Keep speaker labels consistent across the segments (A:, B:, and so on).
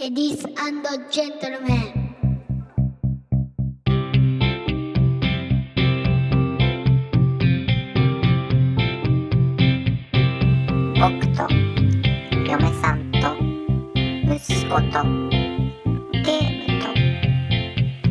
A: Ladies and gentlemen.
B: 僕と嫁さんと息子とゲームと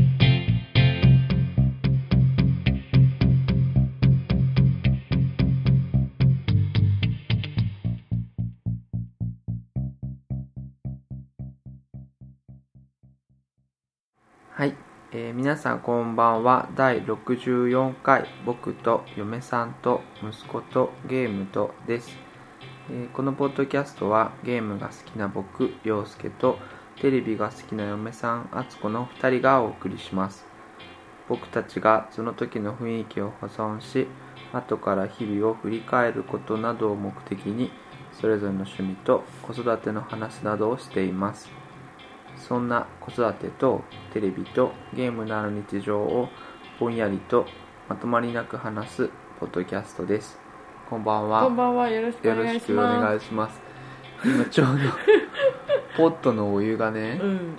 C: はい、えー皆さんこんばんは第64回「僕と嫁さんと息子とゲームと」です、えーこのポッドキャストはゲームが好きな僕陽介とテレビが好きな嫁さん敦子の2人がお送りします僕たちがその時の雰囲気を保存し後から日々を振り返ることなどを目的にそれぞれの趣味と子育ての話などをしていますそんな子育てとテレビとゲームなどの日常をぼんやりとまとまりなく話すポッドキャストです。こんばんは。
D: こんばんは、よろしくお
C: よろ
D: 願い
C: し
D: し
C: くお願
D: ま
C: いします。今ちょうどポットのお湯がね
D: す。う、ん、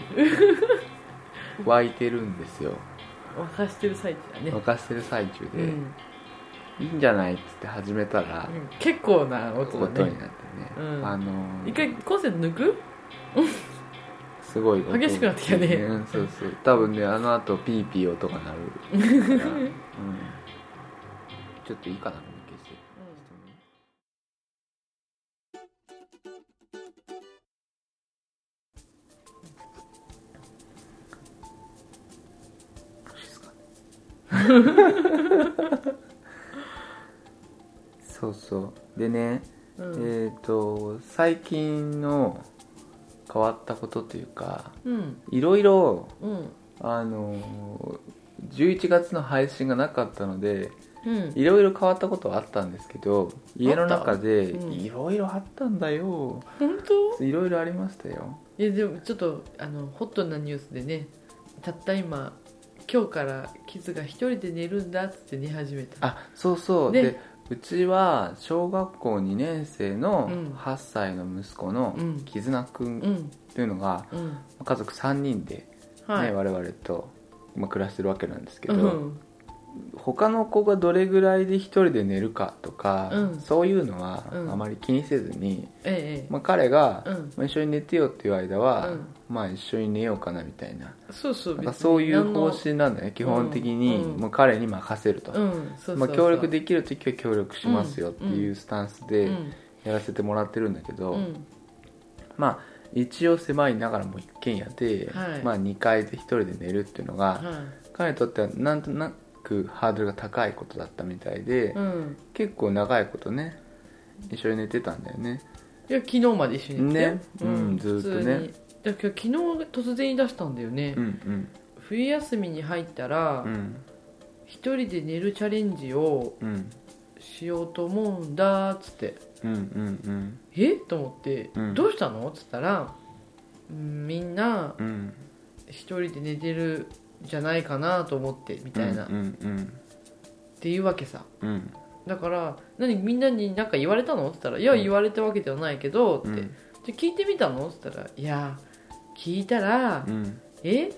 C: 沸いてるんですよ。
D: 沸かしてる最中だね
C: 沸。かしてる最中
D: う
C: で、
D: ん、
C: いいんじゃないっつって始めたら、
D: うん結構な音
C: 音
D: だ
C: に
D: ね。
C: なってね。
D: うん
C: あのー
D: 一回コンセント抜く？
C: すごい音
D: 激しくなってきたね
C: うん、そうそう多分ねあのあとピーピー音が鳴るから、うん、ちょっといいかな消して、 そうそうでね、
D: うん。
C: えっ、と最近の変わったことというか
D: うん。
C: いろいろ
D: うん。
C: あのー11月の配信がなかったので
D: うん。
C: いろいろ変わったことはあったんですけど家の中で
D: うん
C: いろいろあったんだよ
D: 本当？
C: いろいろありましたよ
D: いやでもちょっとあのホットなニュースでね、たった今今日からキズが一人で寝るんだっつって寝始めた。
C: あそうそう、
D: ね
C: でうちは小学校2年生の
D: うん
C: 8歳の息子の
D: うん
C: 絆くん
D: う
C: っ
D: ん
C: ていうのが
D: うん。
C: 家族3人で、ね
D: はい。
C: 我々と、まあ、暮らしてるわけなんですけ
D: う
C: ど、
D: ん。
C: 他の子がどれぐらいで一人で寝るかとか、
D: うん
C: そういうのは
D: うん
C: あまり気にせずに、
D: えええ
C: まあ、彼が、
D: え。うん。
C: まあ一緒に寝てよっていう間は、
D: うん
C: まあ一緒に寝ようかなみたいな
D: そうそう。
C: なんか
D: 別に
C: そういう
D: 何の
C: 方針なんだね基本的に、
D: うん
C: もう彼に任せると、
D: うん。そうそうそう。
C: まあ、協力できる時は協力しますよっていうスタンス
D: う
C: で
D: ん。
C: やらせてもらってるんだけど、
D: うん。
C: まあ一応狭いながらも一軒家で、
D: はい
C: まあ、2階で一人で寝るっていうのが、
D: は
C: 彼にとってはなんとなくハードルが高いことだったみたいで、
D: い。うん。
C: 結構長いことね一緒に寝てたんだよね
D: いや昨日まで一緒にいたよ
C: ねうんずーっとね
D: 普通にだから昨日突然言い出したんだよね、
C: うん
D: 冬休みに入ったら
C: うんうん
D: 一、人で寝るチャレンジを
C: うん
D: しようと思うんだっつって
C: うんうん
D: えと思って、
C: うん
D: どうしたのっつったらうんみんな
C: うんうん
D: 一人で寝てるんじゃないかなと思ってみたいな、
C: う
D: っ
C: んうん
D: ていうわけさ
C: うんうん
D: だから何みんなに何か言われたのって言ったら「いや
C: うん
D: 言われたわけではないけど」って、
C: うん
D: じゃ聞いてみたの?」って言ったら「いや聞いたら、
C: うん
D: え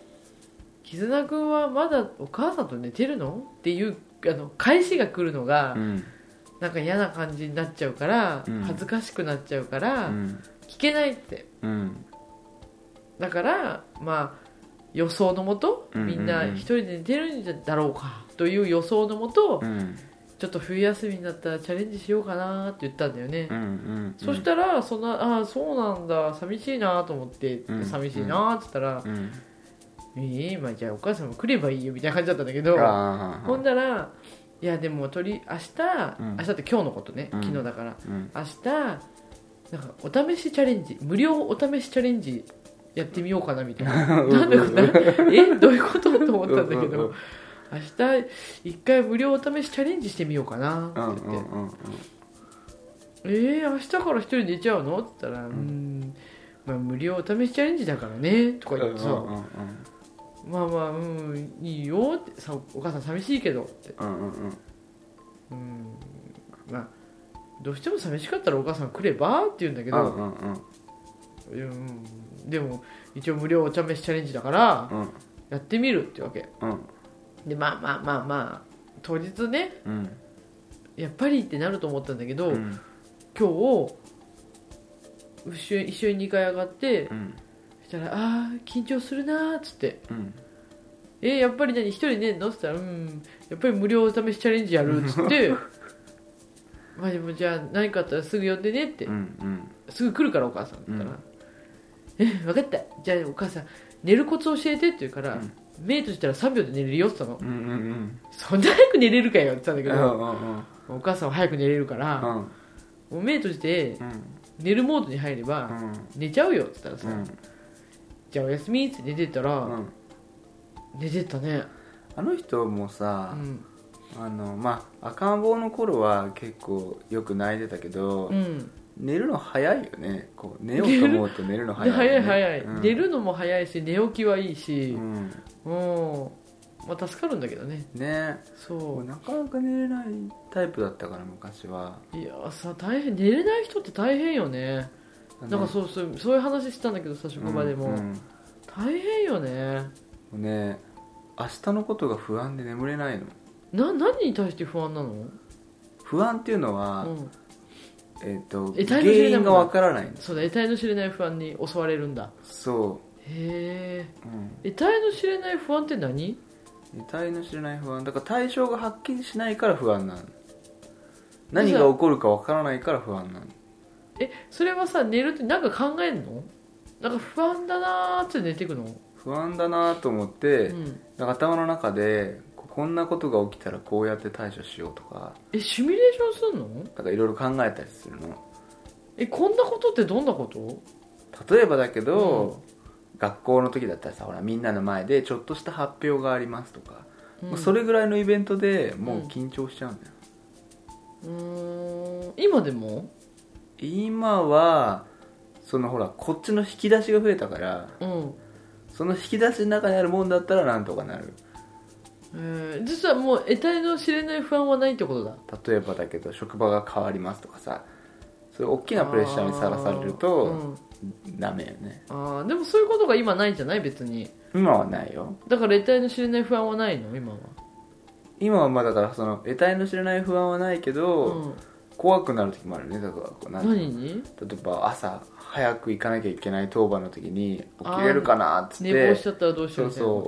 D: 絆くんはまだお母さんと寝てるのっていうあの返しが来るのが、
C: うん
D: なんか嫌な感じになっちゃうから、
C: うん
D: 恥ずかしくなっちゃうから、
C: うん
D: 聞けないって
C: うん
D: だからまあ予想のもと
C: うんうんう
D: み
C: ん
D: んな一人で寝てるんじゃだろうかという予想のもと、
C: うん
D: ちょっと冬休みになったらチャレンジしようかなって言ったんだよね、
C: うん
D: そしたらそんな「ああそうなんだ寂しいな」と思って
C: うん
D: 「寂しいな」って言ったら
C: うん
D: 「ええまあじゃあお母さんも来ればいいよ」みたいな感じだったんだけど
C: あ
D: ほんだら「いやでもとり明日、
C: うん
D: 明日って今日のことね
C: うん
D: 昨日だから、
C: うん
D: 明日なんかお試しチャレンジ無料お試しチャレンジやってみようかなみたいななんだ かなえどういうことと思ったんだけど明日一回無料お試しチャレンジしてみようかな
C: うん
D: って
C: う
D: 言っ
C: ん
D: て
C: うん
D: 「えー、明日から一人寝ちゃうの?」って言ったら「うーん」まあ、無料お試しチャレンジだからねとか言ってさ、まあまあうんいいよってさお母さん寂しいけどってうんまあどうしても寂しかったらお母さん来ればって言うんだけど、いやうんでも一応無料お茶飯チャレンジだから
C: うん
D: やってみるってわけ
C: うん
D: でまあまあまあまあ当日ね
C: うん
D: やっぱりってなると思ったんだけど、
C: うん
D: 今日一緒に一緒に2回上がって
C: うん
D: そしたら「あー緊張するな」っつって
C: うん
D: 「えやっぱり何一人ねんの?」っつったら「うんやっぱり無料お試しチャレンジやる」っつってまあでもじゃあ何かあったらすぐ呼んでねって、
C: うん
D: すぐ来るからお母さんって言ったら
C: う
D: 「え分かったじゃあお母さん寝るコツ教えて」って言うから、
C: うん
D: 目閉じたら3秒で寝れるよって言ったの
C: うんうんうんうん
D: 「そんな早く寝れるかよ」って言ったんだけ
C: う
D: ど、
C: んうん
D: お母さんは早く寝れるから、
C: うん
D: もう目閉じて
C: うん
D: 寝るモードに入れば、
C: うん
D: 寝ちゃうよって言ったらさ、
C: うん
D: じゃあおやすみって寝てたら、
C: うん
D: 寝てたね
C: あの人も
D: う
C: さ、
D: ん
C: あのまあ赤ん坊の頃は結構よく泣いてたけど、
D: うん
C: 寝るの早いよねこう寝ようと思うと寝るの
D: 早
C: 早
D: い
C: い、ね、
D: 早い早い、
C: うん
D: 寝るのも早いし寝起きはいいし
C: う、ん
D: うんまあ、助かるんだけどね
C: ね
D: そ
C: なかなか寝れないタイプだったから昔は
D: ういやーさ大変寝れない人って大変よねなんか
C: う
D: そうそうそういう話したんだけどさ職場でも、
C: んうんも
D: 大変よね
C: うね明日のことが不安で眠れないの
D: な何に対して不安なの、
C: 不安っていうのは、
D: うん、
C: えっと
D: え
C: 原
D: 体力知れない
C: 因
D: も
C: が
D: ん
C: わからないんです
D: そうだ得体の知れない不安に襲われるんだ
C: そ
D: へえ
C: う、うん、
D: 得体の知れない不安って何
C: 得体の知れない不安だから対象がはっきりしないから不安なの何が起こるかわからないから不安なの
D: えそれはさ寝るって何か考えんのなんか不安だなーって寝てくの、
C: 不安だなと思っ
D: う
C: て、
D: ん、
C: だから頭の中でここんなことが起きたらこうやって対処しようとか
D: えシミュレーションすんの
C: だからいろいろ考えたりするの
D: えこんなことってどんなこと
C: 例えばだけど、学校の時だったらさほらみんなの前でちょっとした発表がありますとか、
D: うん
C: もうそれぐらいのイベントでもううん緊張しちゃうんだよ、
D: うーん今でも
C: 今はそのほらこっちの引き出しが増えたから
D: うん、
C: その引き出しの中にあるもんだったらなんとかなる
D: えー、実はもう得体の知れない不安はないってことだ
C: 例えばだけど職場が変わりますとかさそういう大きなプレッシャーにさらされるとダメよね
D: あー,、うん、あーでもそういうことが今ないんじゃない別に
C: 今はないよ
D: だから得体の知れない不安はないの今は、
C: 今はまあだからその得体の知れない不安はないけど、
D: うん、
C: 怖くなる時もあるねだからこうなんていうの
D: 何に
C: 例えば朝早く行かなきゃいけない当番の時に起きれるかなっつっ
D: 寝坊
C: て
D: しちゃったらどうしようみたいなこ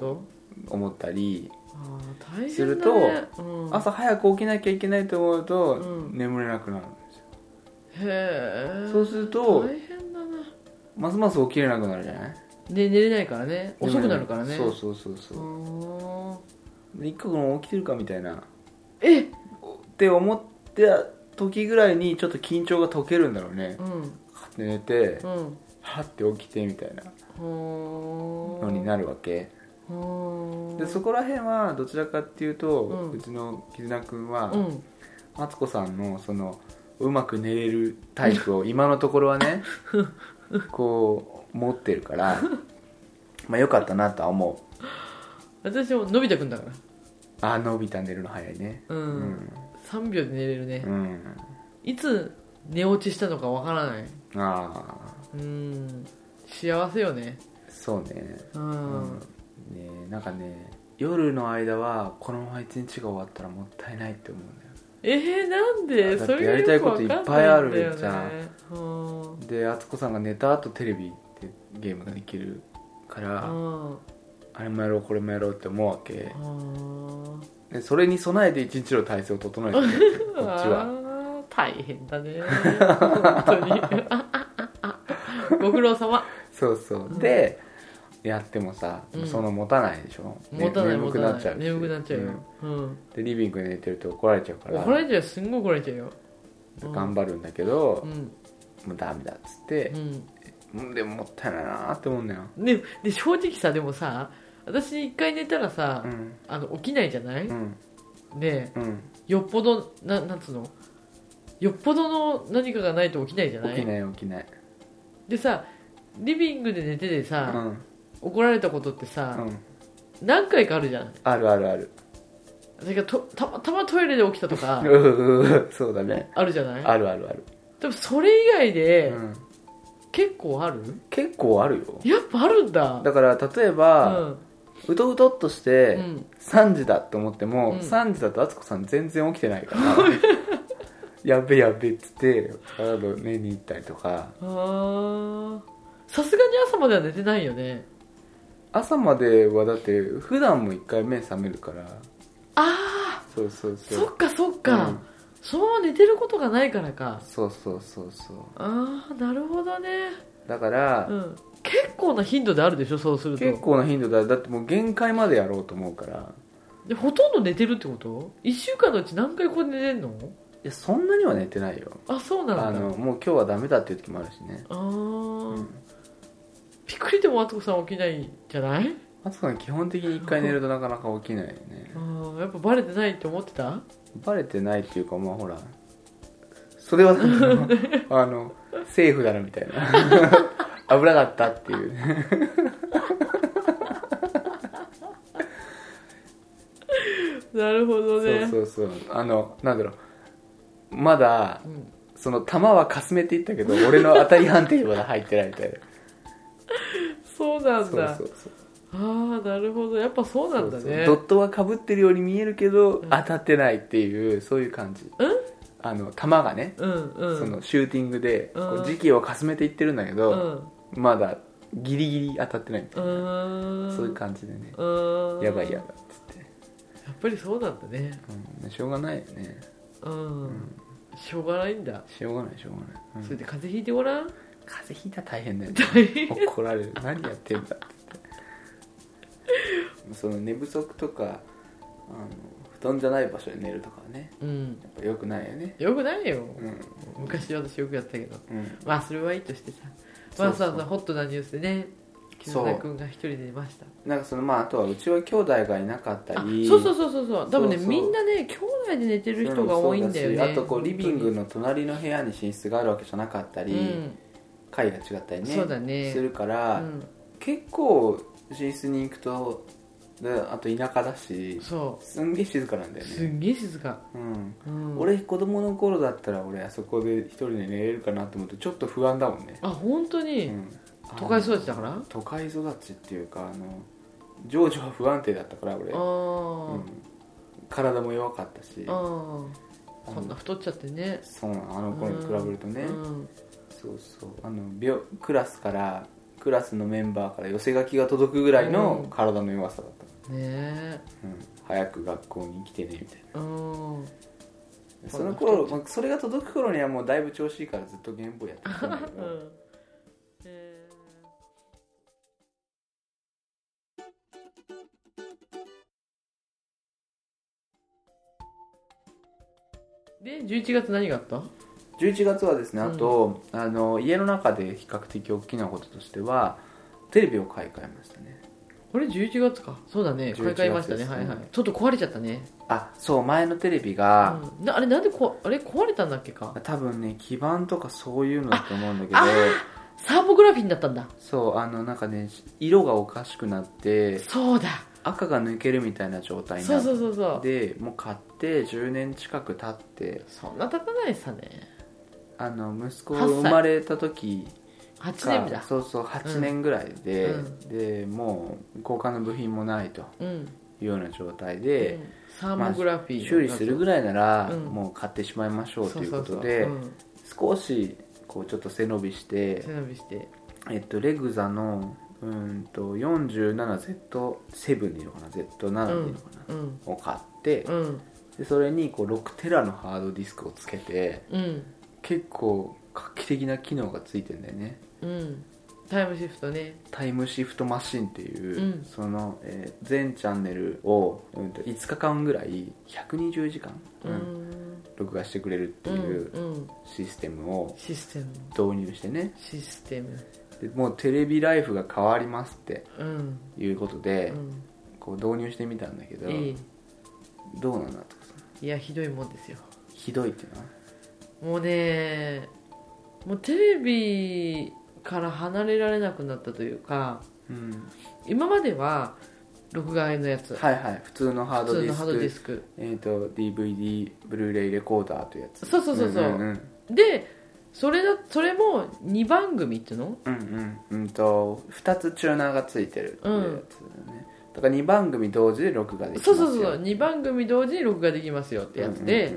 D: と
C: 思ったり
D: あー大変だ、ね、
C: すると
D: うん、
C: 朝早く起きなきゃいけないと思うと
D: うん
C: 眠れなくなるんですよ
D: へえ
C: そうすると
D: 大変だな
C: ますます起きれなくなるじゃない
D: で寝れないからね遅くなるからね
C: そうそうそうそうう
D: ーん
C: で一刻も起きてるかみたいなっ
D: え
C: て思った時ぐらいにちょっと緊張が解けるんだろうね
D: うん
C: はって寝て
D: うん
C: はって起きてみたいな
D: ほー
C: のになるわけ
D: ほー
C: でそこら辺はどちらかっていうと、う
D: うん
C: ちの絆くんは、
D: うん
C: マツコさんのそのうまく寝れるタイプを今のところはねこう持ってるからまあよかったなとは思う
D: 私ものび太くんだから
C: あのびた寝るの早いね
D: う、
C: うん
D: 三3秒で寝れるね、
C: うん
D: いつ寝落ちしたのかわからない
C: ああ
D: うん幸せよね
C: そうね
D: うん、
C: ねなんかね夜の間はこのまま一日が終わったらもったいないって思うんだよ
D: えー、なん
C: だ
D: で
C: って
D: それが
C: やりたい
D: よく
C: こ
D: わ
C: と
D: か
C: い
D: ん
C: っ
D: ないんだよ、ね、
C: ぱいあるじゃ
D: うんうん
C: で敦子さんが寝た後テレビでゲームができるから、あれもやろうこれもやろうって思うわけ、
D: うん
C: でそれに備えて一日の体制を整えてるこっちは
D: あー大変だね本当に ご苦労様
C: そうそう、でやってもさ、
D: うん
C: その持たないでしょ、ね
D: 持たない
C: 眠
D: 持
C: く
D: た
C: な
D: な
C: っちゃう
D: い
C: し
D: 眠くなっちゃうよ、うん
C: うんでリビングで寝てると怒られちゃうから
D: 怒られちゃうよすんごい怒られちゃうよ
C: 頑張るんだけど
D: う、ん
C: もうダメだっつって
D: う、ん
C: うんでももったいないなーって思うんだよ
D: でで正直さでもさ私一回寝たらさ、
C: うん
D: あの起きないじゃない、
C: うん
D: で
C: うん
D: よっぽどななんつうのよっぽどの何かがないと起きないじゃない
C: 起きない起きない
D: でさリビングで寝てて
C: う
D: さ、
C: ん
D: 怒られたことって
C: う
D: さ、
C: ん
D: 何回かあるじゃん
C: あるあるある
D: それからとたまたまトイレで起きたとか
C: ううううそうだね
D: あるじゃない
C: あるあるある
D: でもそれ以外で
C: うん
D: 結構ある
C: 結構あるよ
D: やっぱあるんだ
C: だから例えば、うとうとっとし
D: う
C: て、
D: ん、うん、
C: 3時だって思っても、
D: うん
C: 3時だと敦子さん全然起きてないから やべやべっつって体の寝に行ったりとか
D: ああさすがに朝までは寝てないよね
C: 朝まではだって普段も一回目覚めるから
D: ああ
C: そうそうそう
D: そっかそっか、
C: うん
D: そのまま寝てることがないからか
C: そうそうそうそう
D: ああなるほどね、
C: だから、
D: うん、結構な頻度であるでしょそうすると
C: 結構な頻度だだってもう限界までやろうと思うから
D: でほとんど寝てるってこと1週間のうち何回ここで寝てんの
C: いやそんなには寝てないよ
D: あそうなんだ
C: あのもう今日はダメだっていう時もあるしね
D: あ
C: う
D: ー
C: ん
D: びっくりでもあつこさん起きないんじゃない
C: 敦子さん基本的に一回寝るとなかなか起きないよね
D: あーやっぱバレてないって思ってた
C: バレてないっていうかまあほらそれはなんかあのセーフだなみたいな危なかったっていう
D: なるほど
C: そ
D: ね
C: うそうそうあのなんだろうまだ
D: うん
C: その球はかすめていったけど俺の当たり判定にまだ入ってないみたい
D: そう
C: な
D: なん
C: そう
D: だ
C: そうそう
D: ああなるほどやっぱそうなんだ
C: そうそ
D: ね
C: うドットはかぶってるように見えるけど、
D: ん
C: 当たってないっていうそういう感じ、あの球がね、
D: うんうん
C: そのシューティングで、
D: うん
C: こう時期をかすめていってるんだけ
D: う
C: ど、
D: ん
C: まだギリギリ当たってないみた
D: う
C: いな、
D: ーん
C: そういう感じでね、
D: うーん
C: やばいやばいっつって、
D: やっぱりそうなんだね
C: うん、しょうがないよね
D: うん、しょうがないんだ、
C: しょうがないしょうがない、うん
D: それで風邪ひいてごらん
C: 風邪ひいたら大変だよね
D: 大変
C: 怒られる何やってんだってその寝不足とかあの布団じゃない場所で寝るとかはね
D: うん
C: やっぱ良くないよね
D: よくないよ、
C: うん
D: 昔私よくやったけど
C: うん
D: まあそれはいいとしてさまあ
C: そうそ
D: さ
C: う
D: ホットなニュースでね木
C: そう
D: 下君が一人で寝ました
C: なんかそのまああとはうちは兄弟がいなかった
D: あ
C: り
D: そうそうそうそうそう多分ね
C: そうそう
D: みんなね兄弟で寝てる人が多いんだよね、
C: そうしあとこうリビングの隣の部屋に寝室があるわけじゃなかったり、
D: うん
C: 階が違ったりね
D: そうだね
C: するか
D: う
C: ら、
D: ん、
C: 結構寝室に行くとであと田舎だし
D: そ
C: すんげえ静かなんだ
D: う
C: よ
D: す
C: ね、
D: んげえ静か、
C: うん、
D: うん、
C: 俺子供の頃だったら俺あそこで一人で寝れるかなと思うとちょっと不安だもんね、
D: あ本当
C: う
D: に、
C: ん、
D: 都会育ち
C: だ
D: だからあ
C: 都会育ちっていうかあの情緒は不安定だったから俺、
D: あー、
C: うん体も弱かったし
D: あーこんな太っちゃってね
C: そうなのあの頃に比べるとね、
D: うん
C: そうそうあの病クラスからクラスのメンバーから寄せ書きが届くぐらいの体の弱さだっ
D: ねえ
C: た、うん早く学校に来てねみたい
D: うん
C: なその頃、まあ、それが届く頃にはもうだいぶ調子いいからずっとゲームボーイやってきたんだけ
D: う
C: ど、
D: んえーで11月何があった
C: 11月はですねあと、あの家の中で比較的大きなこととしてはテレビを買い替えましたね
D: これ11月かそうだね買い替えましたね
C: 11月
D: は
C: です
D: い
C: ね
D: はいちょっと壊れちゃったね
C: あそう前のテレビが、
D: うんなあれなんでこあれ壊れたんだっけか
C: 多分ね基板とかそういうのだと思うんだけど
D: ああサーモグラフィーになったんだ
C: そうあのなんかね色がおかしくなって
D: そうだ
C: 赤が抜けるみたいな状態にな
D: そう
C: って
D: そうそうそう
C: でもう買って10年近く経って
D: そんな経たないさね
C: あの息子が
D: 8歳
C: 生まれた時
D: 8年目
C: が
D: だ
C: そうそう8年ぐらいで、
D: う
C: でもう交換の部品もないと
D: うん
C: いうような状態
D: う
C: で、
D: んサーモグラフィーの画像、
C: 修理するぐらいなら、
D: うん
C: もう買ってしまいましょうということ
D: そ
C: で
D: うそうそううん
C: 少しこうちょっと背伸びして
D: 背、伸びして
C: えっと、レグザのうーんと 47Z7 でいいのかな Z7 でいいのかな、
D: うん
C: を買って、
D: うん
C: でそれにこう6テラのハードディスクをつけて
D: うん
C: 結構画期的な機能がついてんだよね
D: うんタイムシフトね
C: タイムシフトマシンっていう、
D: うん
C: その、えー全チャンネルを、うん、と5日間ぐらい120時間、
D: う
C: うん
D: ん
C: 録画してくれるって
D: うん
C: いう
D: うん
C: システムを
D: システム
C: 導入してね
D: システム
C: でもうテレビライフが変わりますって
D: うん
C: いうことで、
D: うん
C: こう導入してみたんだけど、
D: いい
C: どうなんだとかさ
D: いやひどいもんですよ
C: ひどいっていうのは
D: もうねもうテレビから離れられなくなったというか
C: うん
D: 今までは録画のやつ
C: はいはい普通のハー
D: 普
C: ド
D: 通
C: ディ
D: の
C: ス
D: ハー
C: ク
D: ドディスク
C: えー、と DVD ブルーレイレコーダーというやつ
D: そうそうそうそうん
C: んん
D: でそれだそれも2番組っていうの
C: うんうんうんと2つチューナーがついてるっていううや
D: ん
C: つだよね、だから2番組同時で録画できます
D: そ
C: よ
D: うそうそう2番組同時に録画できますよってやつで、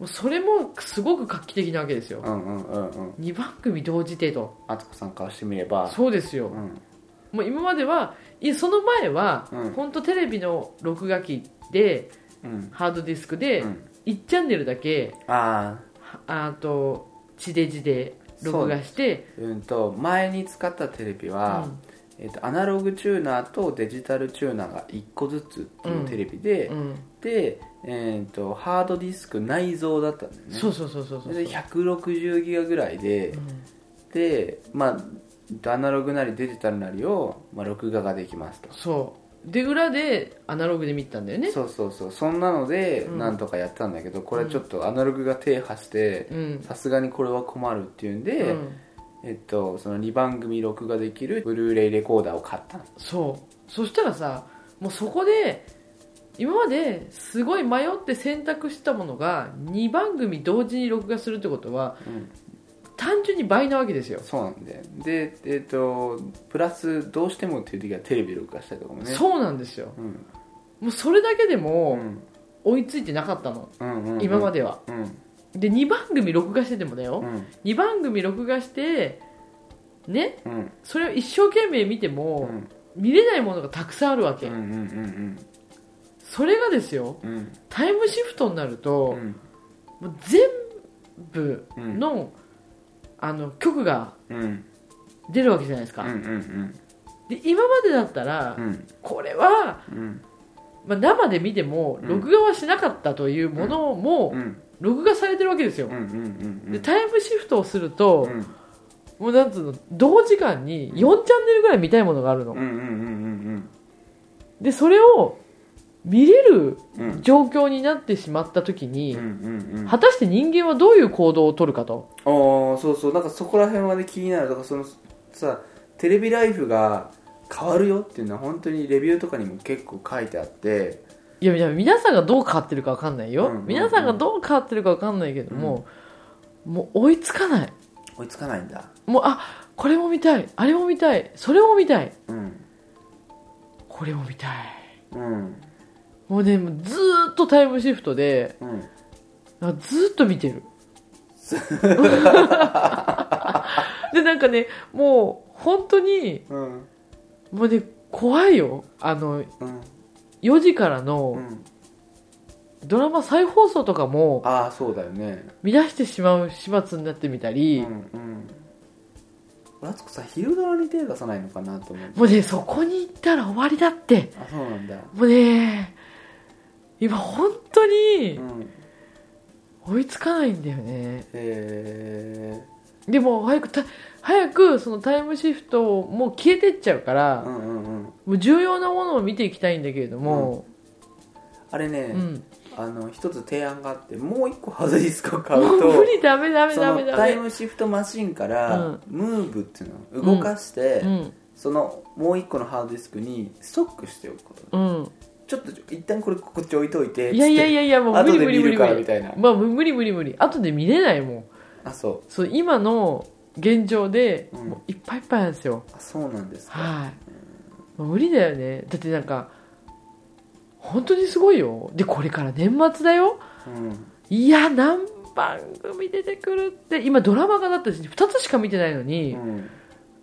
D: もうそれもすごく画期的なわけですよ、
C: うんうんうんうん
D: 2番組同時程度
C: あつこさんからしてみれば
D: そうですよ、
C: ん
D: もう今まではいその前は、
C: うん
D: 本当テレビの録画機で
C: うん
D: ハードディスクで、
C: うん
D: 1チャンネルだけ
C: ああ
D: はあと地デジで録画して
C: うんと前に使ったテレビは、
D: うん
C: えっとアナログチューナーとデジタルチューナーが1個ずつっていうテレビで、
D: うん
C: で、えっとハードディスク内蔵だったんだよね
D: そうそうそうそうそう
C: で160ギガぐらいで、
D: うん
C: でまあアナログなりデジタルなりを、まあ、録画ができますと
D: そうで裏でアナログで見たんだよね
C: そうそうそうそんなので
D: うん
C: なんとかやったんだけど、これちょっとアナログが停波して
D: うん
C: さすがにこれは困るっていうんで、
D: うん
C: えっと、その2番組録画できるブルーレイレコーダーを買ったの
D: そうそしたらさもうそこで今まですごい迷って選択したものが2番組同時に録画するってことは
C: うん
D: 単純に倍なわけですよ、
C: そうなんででえっとプラスどうしてもっていう時はテレビ録画したりとかもね
D: そうなんですよ
C: うん、
D: もうそれだけで
C: う
D: も
C: ん
D: 追いついてなかったの、
C: うんうんうん、
D: 今ま
C: で
D: では
C: うん
D: で2番組録画しててもだよ、
C: うん
D: 2番組録画してね
C: うん
D: それを一生懸命見て
C: う
D: も、
C: ん
D: 見れないものがたくさんあるわけ、
C: うんうんうん
D: それがですよ
C: うんうん
D: タイムシフトになる
C: う
D: と、
C: ん
D: もう全部
C: うん
D: の,、あの曲が
C: うんうん
D: 出るわけじゃないです
C: う
D: か、
C: んうん
D: で今までだったら、
C: うん
D: これは、
C: うん
D: まあ、生で見ても
C: うん
D: 録画はしなかったというものも、
C: うん
D: 録画されてるわけですよ、
C: うんうんうんうん
D: でタイムシフトをすると、
C: うん
D: もうなんつうの同時間に4チャンネルぐらい見たいものがあるの、
C: うんうんうん
D: でそれを見れる
C: うんうん
D: 状況になってしまった時
C: う
D: に、
C: んうんうん
D: 果たして人間はどういう行動を取るかと、
C: ああそうそうなんかそこら辺はね気になるだからそのさテレビライフが変わるよっていうのは本当にレビューとかにも結構書いてあって
D: いやいや皆さんがどう変わってるか分かんないよ、
C: うんうんうん
D: 皆さんがどう変わってるか分かんないけども、もう追いつかない
C: 追いつかないんだ
D: もうあこれも見たいあれも見たいそれも見たい
C: うん
D: これも見たい
C: うん
D: もうねもうずーっとタイムシフトで
C: うん
D: なんかずーっと見て るでなんかねもう本当に
C: うん
D: もうね怖いよあの
C: うん
D: 4時からの
C: うん
D: ドラマ再放送とかも
C: ああそうだよね
D: 見出してしまう始末になってみた
C: うん
D: り、
C: うん俺敦子さん昼ドラに手出さないのかなと思う
D: もうねそこに行ったら終わりだって
C: あそうなんだ
D: もうね今本当
C: う
D: に
C: ん
D: 追いつかないんだよね
C: へ
D: でも早くた早くそのタイムシフトもう消えてっちゃうか
C: え
D: ら、
C: うんうんうん
D: もう重要なものを見ていきたいんだけれども、
C: あれね、
D: うん
C: あの一つ提案があってもう一個ハードディスクを買
D: も
C: うと
D: う無理ダメダメ
C: そ
D: ダ
C: の
D: メダ
C: タイ
D: メ
C: ムシフトマシンから、
D: うん
C: ムーブっていうのを動かして、
D: うん
C: そのもう一個のハードディスクにストックしておくこと
D: うん
C: ちょっと一旦これこっち置いといて
D: いやいやい
C: や
D: やいやもう無
C: 後
D: 理
C: で
D: 無
C: 見
D: 理無理
C: る
D: 無
C: から
D: 理
C: みたいな
D: まあ無理無理無理後で見れないもん
C: あそう
D: そう今の現状で、
C: うん
D: もういっぱいいっぱいなんですよ
C: あそうなんですか
D: はい、もう無理だよねだってなんか本当にすごいよでこれから年末だよ
C: うん
D: いや何番組出てくるって今ドラマがだったし2つしか見てないのに、
C: うん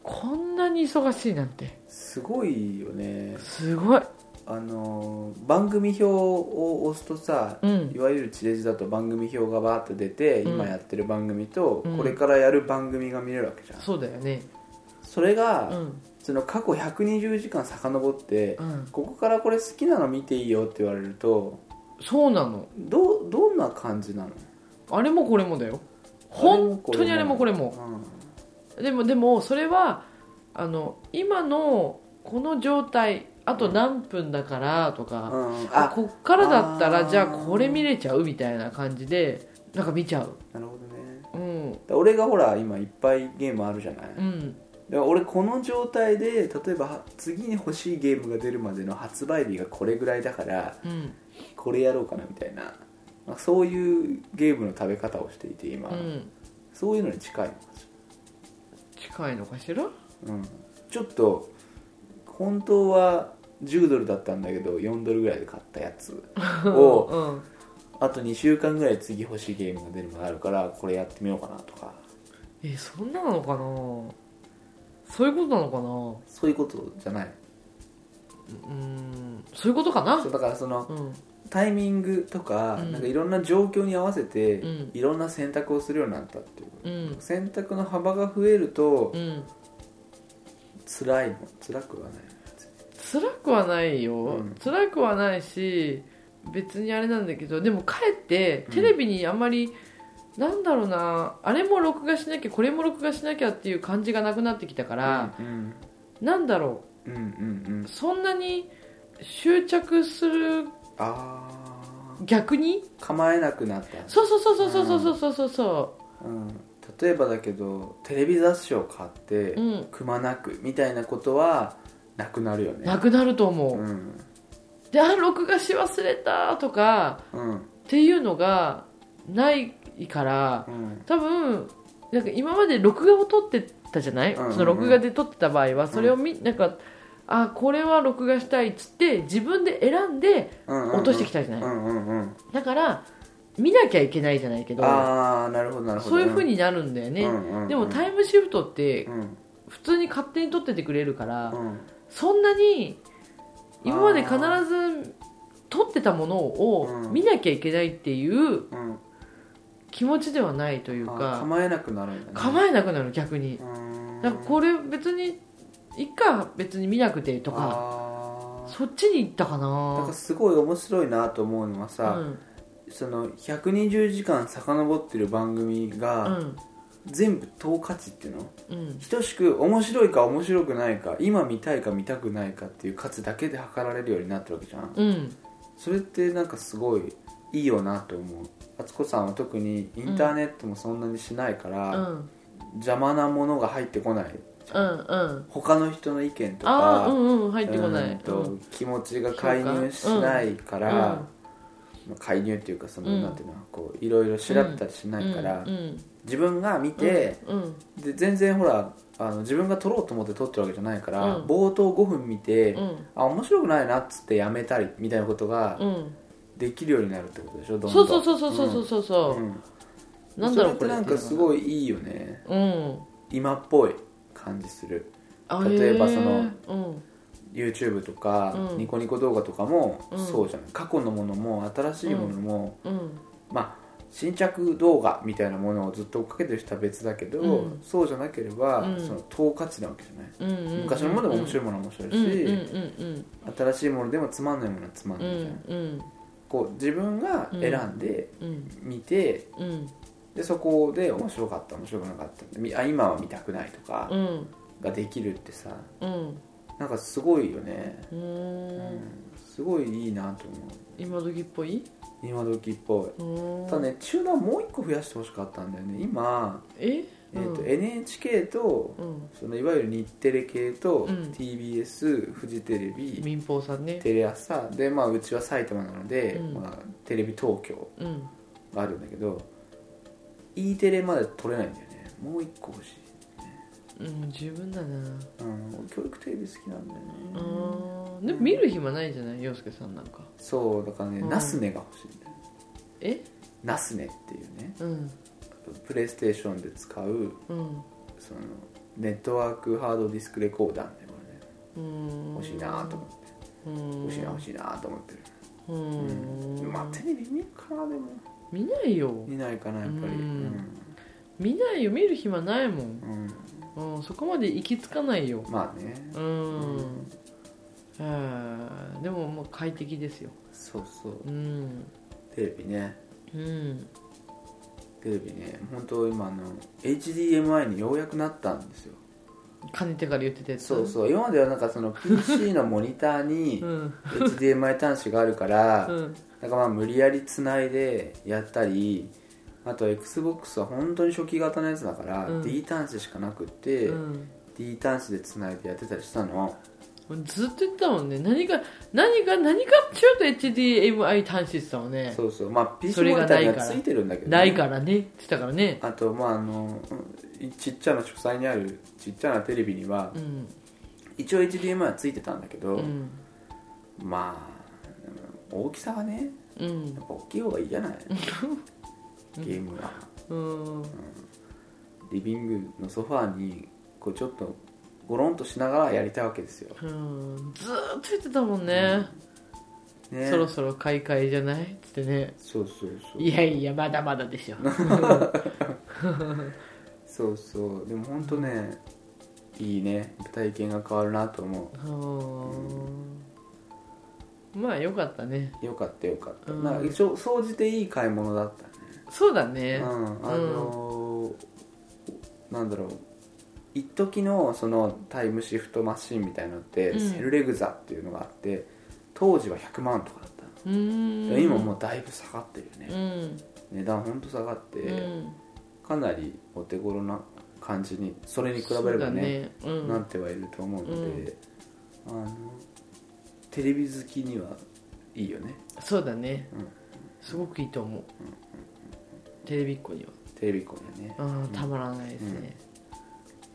D: こんなに忙しいなんて
C: すごいよね
D: すごい
C: あの番組表を押すとさ、
D: うん
C: いわゆる地デジだと番組表がバーッと出て、
D: うん
C: 今やってる番組と、
D: うん
C: これからやる番組が見れるわけじゃん
D: そうだよね
C: それが、
D: うん
C: その過去120時間遡って、
D: うん
C: ここからこれ好きなの見ていいよって言われると
D: そうなの
C: どうどんな感じなの、
D: あれもこれもだよ
C: あれも
D: 本
C: これも
D: 当にあれもこれもでもでもそれはあの今のこの状態あと何分だからとか、
C: うんうん、あ
D: こっからだった
C: あ
D: ら
C: ー
D: じゃあこれ見れちゃうみたいな感じでなんか見ちゃう
C: なるほどね
D: うん
C: 俺がほら今いっぱいゲームあるじゃない、
D: うん
C: で俺この状態で例えば次に欲しいゲームが出るまでの発売日がこれぐらいだから
D: うん
C: これやろうかなみたいな、まあ、そういうゲームの食べ方をしていて今、
D: うん
C: そういうのに近いのかし
D: 近いのかしら
C: ら、うん、ちょっと本当は10ドルだったんだけど4ドルぐらいで買ったやつを
D: うん
C: あと2週間ぐらい次欲しいゲームが出るのがあるからこれやってみようかなとか
D: えそんななのかなそういうことなのかな
C: そういうことじゃないう
D: ーんそういうことかな
C: そうだからその
D: うん
C: タイミングとか,、
D: うん
C: なんかいろんな状況に合わせて、
D: うん
C: いろんな選択をするようになったっていう
D: うん
C: 選択の幅が増えると
D: うん
C: 辛いの辛くはない
D: 辛くはないよ、
C: うん
D: 辛くはないし別にあれなんだけどでもかえって
C: うん
D: テレビにあんまり、なんだろうなあれも録画しなきゃこれも録画しなきゃっていう感じがなくなってきたから、
C: うん
D: なんだろ
C: うんうんうんうん
D: うそんなに執着する
C: あー
D: 逆に
C: 構えなくなった、
D: そうそうそうそうそうそうそうそうそ
C: うん、例えばだけどテレビ雑誌を買って、
D: う、うん、
C: くまなくみたいなことはなくなるよね
D: なくなると思う、
C: うん
D: であ録画し忘れたとか
C: うん
D: っていうのがないから
C: うん
D: 多分なんか今まで録画を撮ってたじゃない、
C: うんうん
D: その録画で撮ってた場合はそれを見、なんかあこれは録画したいっつって自分で選んで
C: うん
D: 落としてきたじゃない、
C: うんうんうん
D: だから見なきゃいけないじゃないけど
C: ああなるほどなるほど
D: そういう風になるんだよね、
C: うんうんうん
D: でもタイムシフトって
C: うん
D: 普通に勝手に撮っててくれるから、
C: うん
D: そんなに今まで必ず撮ってたものを
C: うん
D: 見なきゃいけないっていう
C: うん
D: 気持ちではないという
C: あー
D: か
C: 構えなくなるんだね
D: 構えなくなる逆に
C: うん
D: なんかこれ別にいっか別に見なくてとか
C: あー
D: そっちに行ったか
C: なん
D: な
C: かすごい面白いなと思うのはさ、その120時間遡ってる番組
D: う
C: が
D: ん
C: 全部等価値っていうの
D: うんうん
C: 等しく面白いか面白くないか今見たいか見たくないかっていう価値だけで測られるようになってるわけじゃん
D: うん
C: それってなんかすごいいいよなと思う敦子さんは特にインターネットもそんなにしないか
D: う
C: ら、
D: ん
C: 邪魔なものが入ってこない
D: うんうん
C: 他の人の意見と
D: あ
C: か
D: あうんうん入ってこな
C: うん
D: い
C: と気持ちが介入しないから、
D: うん
C: まあ介入っていうかその、
D: うん
C: なんていうのこういろいろ調べたりしないから、
D: うん
C: 自分が見て、
D: うん
C: で全然ほらあの自分が撮ろうと思って撮ってるわけじゃないから、
D: うん
C: 冒頭5分見て、
D: うん
C: あ面白くないなっつってやめたりみたいなことが
D: うん
C: できるようになるってことでしょどんどん
D: そうそうそうそうそうそう
C: う
D: そ
C: ん
D: うなんだろう
C: そ
D: こ
C: れ
D: れ
C: ってなんかす
D: い
C: ごいいいよね
D: うん
C: 今っぽい感じする
D: あ
C: 例えばその
D: へーうん
C: YouTube とか、
D: うん
C: ニコニコ動画とかも
D: うん
C: そうじゃない過去のものも新しいものも、
D: うん
C: まあ新着動画みたいなものをずっと追っかけてる人は別だけど、
D: うん
C: そうじゃなければ、
D: うん
C: その等価値なわけじゃない、
D: うんうんうん
C: 昔のものでも面白いものは面白いし、
D: うんうん
C: 新しいものでもつまんないものはつまん
D: うんう
C: ないじゃない、
D: んうん
C: こう自分が選んで
D: うん
C: 見て、
D: うん
C: でそこで面白かった面白くなかったみあ今は見たくないとか
D: うん
C: ができるってさ
D: うん
C: なんかすごいよね、
D: う
C: う
D: ーん
C: んすごいいいなと思う
D: 今時っぽい
C: 今時っぽ
D: う
C: い
D: ーん
C: ただね中断もう一個増やしてほしかったんだよね今、
D: え
C: えーと
D: うん
C: NHK と
D: うん
C: そのいわゆる日テレ系と
D: うん
C: TBS、フジテレビ
D: 民放さんね
C: テレ朝で、まあ、うちは埼玉なので、
D: うん
C: まあ、テレビ東京
D: うん
C: があるんだけど E テレまで取れないんだよねもう一個欲しい、
D: うん十分だな
C: うん、教育テレビ好きなんだよね、
D: うーんでも見る暇ないじゃない洋介さんなんか
C: そうだからね、
D: うん
C: ナスネが欲しいんだよ
D: え
C: ナスネっていうね
D: うん
C: プレイステーションで使う
D: うん
C: そのネットワークハードディスクレコーダーねこれね
D: うーん
C: 欲しいなと思って
D: うん
C: 欲しいな欲しいなと思ってる、
D: う
C: うん
D: ん
C: まあテレビ見るかなでも
D: 見ないよ
C: 見ないかなやっぱり
D: う
C: うんん、
D: 見ないよ見る暇ないもん
C: うん
D: うんそこまで行き着かないよ
C: まあね、
D: う
C: うん
D: あーでももう快適ですよ
C: そうそう
D: うん
C: テレビね
D: うん
C: テレビね本当今あの HDMI にようやくなったんですよ
D: かねてから言ってたやつ
C: そうそう今まではなんかその PC のモニターに
D: うん
C: HDMI 端子があるか
D: う
C: ら
D: ん
C: なんかまあ無理やりつないでやったりあと XBOX は本当に初期型のやつだから
D: うん
C: D 端子しかなくって
D: うん
C: D 端子でつないでやってたりしたの
D: ずっと言ってたもんね何か何か何かちょっと HDMI 端子ってたもんね
C: そうそうまあ PC
D: それ
C: モ
D: が
C: ニターに
D: ないか
C: は
D: ら
C: ついてるんだけどね、
D: ないからねって言ってたからね
C: あとまああのうんちっちゃな書斎にあるちっちゃなテレビには、
D: うん
C: 一応 HDMI はついてたんだけど、
D: うん
C: まあうん大きさはね
D: うん
C: やっぱ大きい方がいいじゃ ないゲームは
D: うん
C: リビングのソファーにこうちょっとゴロンとしながらやりたいわけですよ、
D: うんずーっと言ってたもんね、
C: ね、
D: そろそろ買い替えじゃないっつってね
C: そうそうそう
D: いやいやまだまだで しょ
C: そうそうでも本当ねいいね体験が変わるなと思
D: うんまあよかったね
C: うよかったよかった、
D: うん
C: なんか一応総じていい買い物だったね
D: そうだ
C: う
D: ね
C: んあのーなんだろう一時のそのタイムシフトマシンみたいなのって、
D: うん
C: セルレグザっていうのがあって当時は100万とかだったの
D: うーん
C: 今もうだいぶ下がってるよね、
D: うん
C: 値段ほんと下がって、
D: うん
C: かなりお手頃な感じにそれに比べればね
D: そうだうん
C: なってはいると思うので、あのテレビ好きにはいいよね
D: そうだね、
C: うん
D: すごくいいと思う、テレビっ子には
C: テレビっ子にはね
D: あーたまらないですね、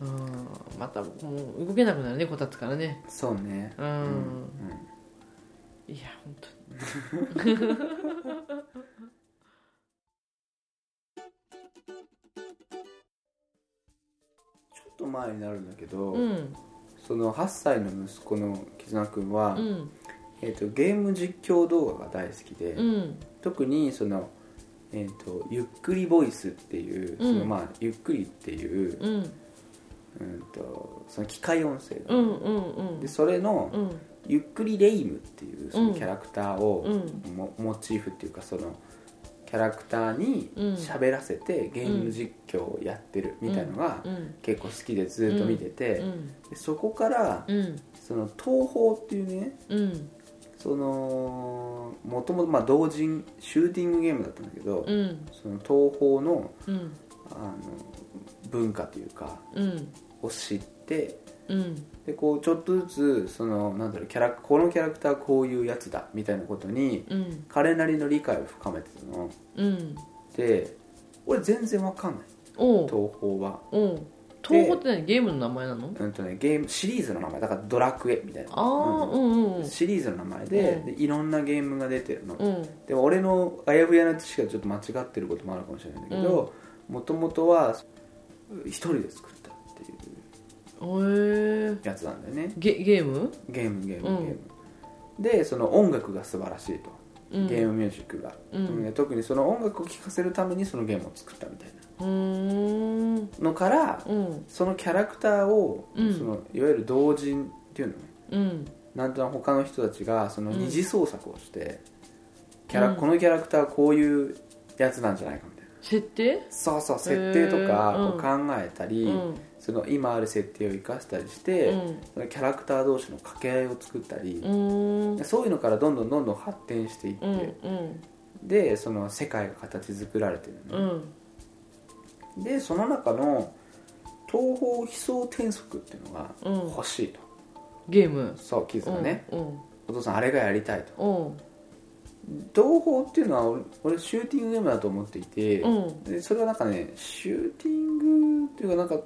D: うん、またもう動けなくなるねこたつからね
C: そうね
D: う、
C: うんうん
D: いや本当に
C: ちょっと前になるんだけど、
D: うん
C: その8歳の息子の絆くんは、
D: うん
C: えー、とゲーム実況動画が大好きで、
D: うん
C: 特にその、えーと「ゆっくりボイス」っていう、
D: うん
C: そのまあ、ゆっくりっていう、
D: うん
C: うんとその機械音声
D: う
C: が、
D: んうんうん
C: でそれの、
D: うん
C: ゆっくりレイムっていうその
D: うん
C: キャラクターを、
D: うん
C: もモチーフっていうかそのキャラクターに
D: うん
C: 喋らせてゲーム実況をやってるみたいのが
D: うん
C: 結構好きでずっと見てて、
D: うん
C: でそこから
D: うん
C: その東宝っていうね
D: うん
C: そのもともと同人シューティングゲームだったんだけど、
D: うん
C: その東宝の
D: うん
C: あの文化というか
D: うん
C: を知って
D: うん
C: でこうちょっとずつそのなんだろうキャラこのキャラクターはこういうやつだみたいなことに
D: うん
C: 彼なりの理解を深めてたの
D: うん
C: で俺全然わかんない
D: おう
C: 東宝は
D: おう東宝って何ゲームの名前なの
C: うんとねゲームシリーズの名前だから「ドラクエ」みたいな
D: ああ
C: うん
D: うんうん
C: シリーズの名前で,、
D: うん
C: でいろんなゲームが出てるの、
D: うん
C: でも俺のあやふやな知識がちょっと間違ってることもあるかもしれないんだけどもともとは一人で作ったっていう
D: へえ
C: やつなんだよね
D: ゲゲーム、
C: ゲームゲームゲ
D: う
C: ー
D: ん
C: ム、でその音楽が素晴らしいと、
D: うん、
C: ゲームミュージックが、
D: うん
C: で特にその音楽を聴かせるためにそのゲームを作ったみたいな
D: うーん
C: のから
D: うん
C: そのキャラクターを、
D: うん
C: そのいわゆる同人っていうのね
D: うん
C: なんとなく他の人たちがその
D: うん
C: 二次創作をして、キャラ
D: うん
C: このキャラクターはこういうやつなんじゃないかみたいな
D: 設定
C: そうそう設定とか
D: へー
C: こう考えたり、
D: うん
C: その今ある設定を生かしたりして、
D: うん
C: そのキャラクター同士の掛け合いを作ったり
D: う、ーん
C: そういうのからどんどんどんどん発展していって、
D: うんうん
C: でその世界が形作られてる
D: う
C: のね、
D: ん
C: でその中の東方飛想転足っていうのが
D: うん
C: 欲しいと、
D: ゲーム
C: そうキズがね、
D: うん
C: お父さんあれがやりたいと
D: うん
C: 東宝っていうのは俺俺シューティングゲームだと思っていて、
D: うん
C: でそれはなんかねシューティングっていうかなんかう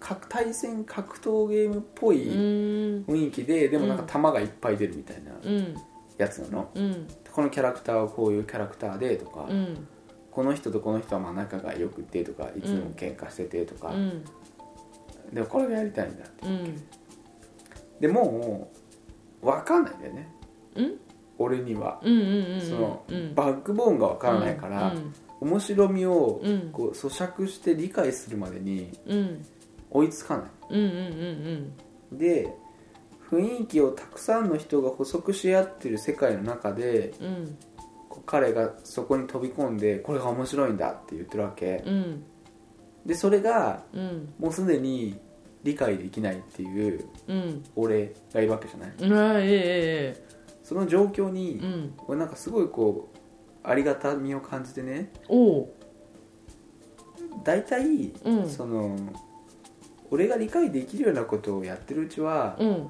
C: 格対戦格闘ゲームっぽ
D: う
C: い
D: ーん
C: 雰囲気で、でもなんか弾がいっぱい出るみたいな
D: うん
C: やつなの、
D: うん
C: このキャラクターはこういうキャラクターでとか、
D: うん
C: この人とこの人はまあ仲が良くてとかいつも喧嘩しててとか、
D: うん
C: でもこれがやりたいんだって
D: うん
C: でもう分かんないんだよね
D: うん
C: 俺には、
D: うんうんうん
C: その
D: うん
C: バックボーンが分からないから、
D: うん
C: 面白みを
D: うん
C: こう咀嚼して理解するまでに
D: うん
C: 追いつかない
D: うんうんうん
C: で雰囲気をたくさんの人が補足し合ってる世界の中で
D: うんうん
C: こう彼がそこに飛び込んでこれが面白いんだって言ってるわけ
D: うん
C: でそれが
D: うん
C: もうすでに理解できないっていう
D: うん
C: 俺がいるわけじゃない
D: うんああえええ
C: その状況
D: え
C: に
D: うん
C: 俺なんかすごいこうありがたみを感じてね
D: おう
C: 大体
D: うん
C: その俺が理解できるようなことをやってるうちは
D: うん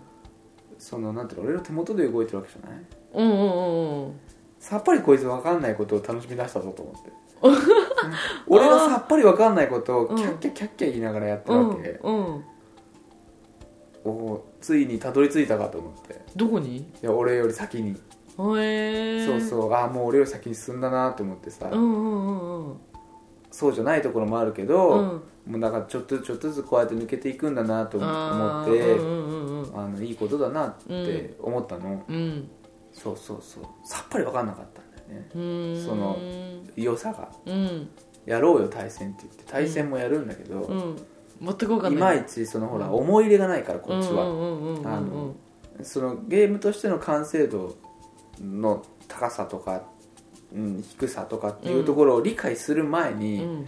C: そのなんていうの俺の手元で動いてるわけじゃない
D: うんうんうんうん
C: さっぱりこいつ分かんないことを楽しみ出したぞと思 ってうん俺がさっぱり分かんないことをキャッキャキャッキャ言いながらやって
D: う
C: る
D: ん
C: わけ、
D: うん
C: おおついにたどり着いたかと思ってい
D: どこに
C: や俺より先に、
D: へえ
C: そうそうああもう俺より先に進んだなと思ってさ、
D: うんうんうんうん
C: そうじゃないところもあるけ
D: う
C: ど、
D: ん
C: もうなんかちょっとずつちょっとずつこうやって抜けていくんだなと思
D: あ
C: っ
D: ー
C: て
D: うんうんうんうん
C: あのいいことだなって思ったの、
D: うん
C: そうそうそうさっぱり分かんなかったんだよね
D: うーん
C: その良さが
D: うん
C: やろうよ対戦って言って対戦もやるんだけど、
D: うん全く分か
C: い
D: ん
C: ま
D: ない
C: いちそのほら思い入れがないからこっちは、
D: うんうんうんうんうん
C: あのそのゲームとしての完成度の高さとか、うん、低さとかっていうところを理解する前
D: う
C: に、
D: ん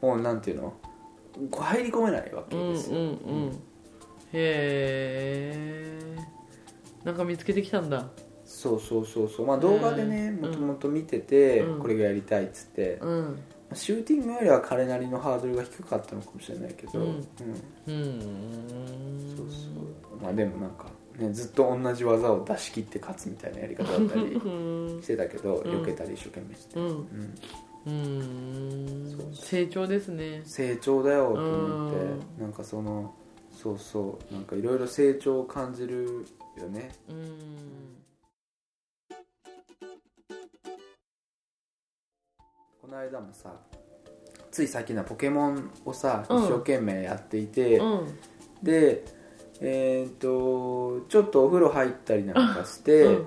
C: もうなんていうのこう入り込めないわけ
D: うんうん
C: ですよ、
D: うんへえなんか見つけてきたんだ
C: そうそうそうそうまあ動画でね
D: うん
C: もともと見てて、
D: うん
C: これがやりたいっつって、
D: うん
C: シューティングよりは彼なりのハードルが低かったのかもしれないけど、
D: うん
C: うん
D: うーん
C: そうそうまあでもなんか、ね、ずっと同じ技を出し切って勝つみたいなやり方だったり
D: うん
C: してたけど、
D: ん
C: 避けたり一生懸命して、
D: うん
C: うん
D: う
C: そうそ
D: ー
C: うん
D: 成長ですね
C: 成長だよと思って、
D: う
C: なんかそのそうそうなんかいろいろ成長を感じるよね
D: うん
C: この間もさついさっきのポケモンをさ
D: うん
C: 一生懸命やっていて、
D: うん
C: でえーっとちょっとお風呂入ったりなんかして、
D: うん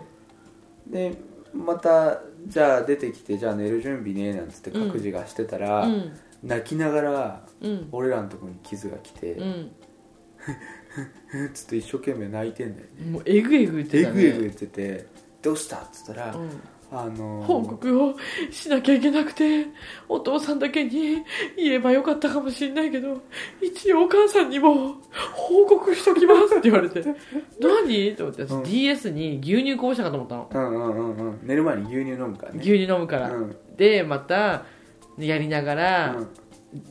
C: でまたじゃあ出てきてじゃあ寝る準備ねなんつって各自がしてたら、
D: うん
C: 泣きながら
D: うん
C: 俺らのとこに傷が来て、
D: うん
C: つって一生懸命泣いてんだよね
D: もうえぐえぐ言って
C: え
D: た
C: ぐ
D: ね
C: えぐ言ってて「どうした?」っつったら、
D: うん
C: あのー
D: 報告をしなきゃいけなくてお父さんだけに言えばよかったかもしれないけど一応お母さんにも報告しときますって言われて何と思って、
C: うん
D: DS に牛乳こぼしたかと思ったの
C: うんうんうんうん寝る前に牛乳飲むからね
D: 牛乳飲むから、
C: うん
D: でまたやりながら、
C: うん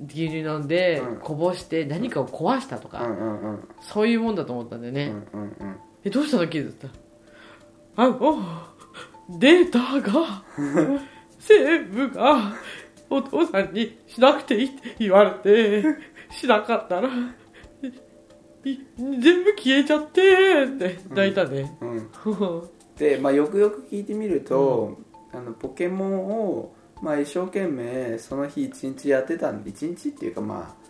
D: 牛乳飲んで
C: うん
D: こぼして何かを壊したと
C: う
D: か、
C: んうんうん
D: そういうもんだと思ったんだよね、
C: うんうんうん
D: えどうしたのキズってあのデータ がセーブがお父さんにしなくていいって言われてしなかったらいい全部消えちゃってって泣いたね、
C: うん
D: うん、
C: で、まあ、よくよく聞いてみると、あのポケモンを、まあ、一生懸命その日一日やってたんで一日っていうかまあ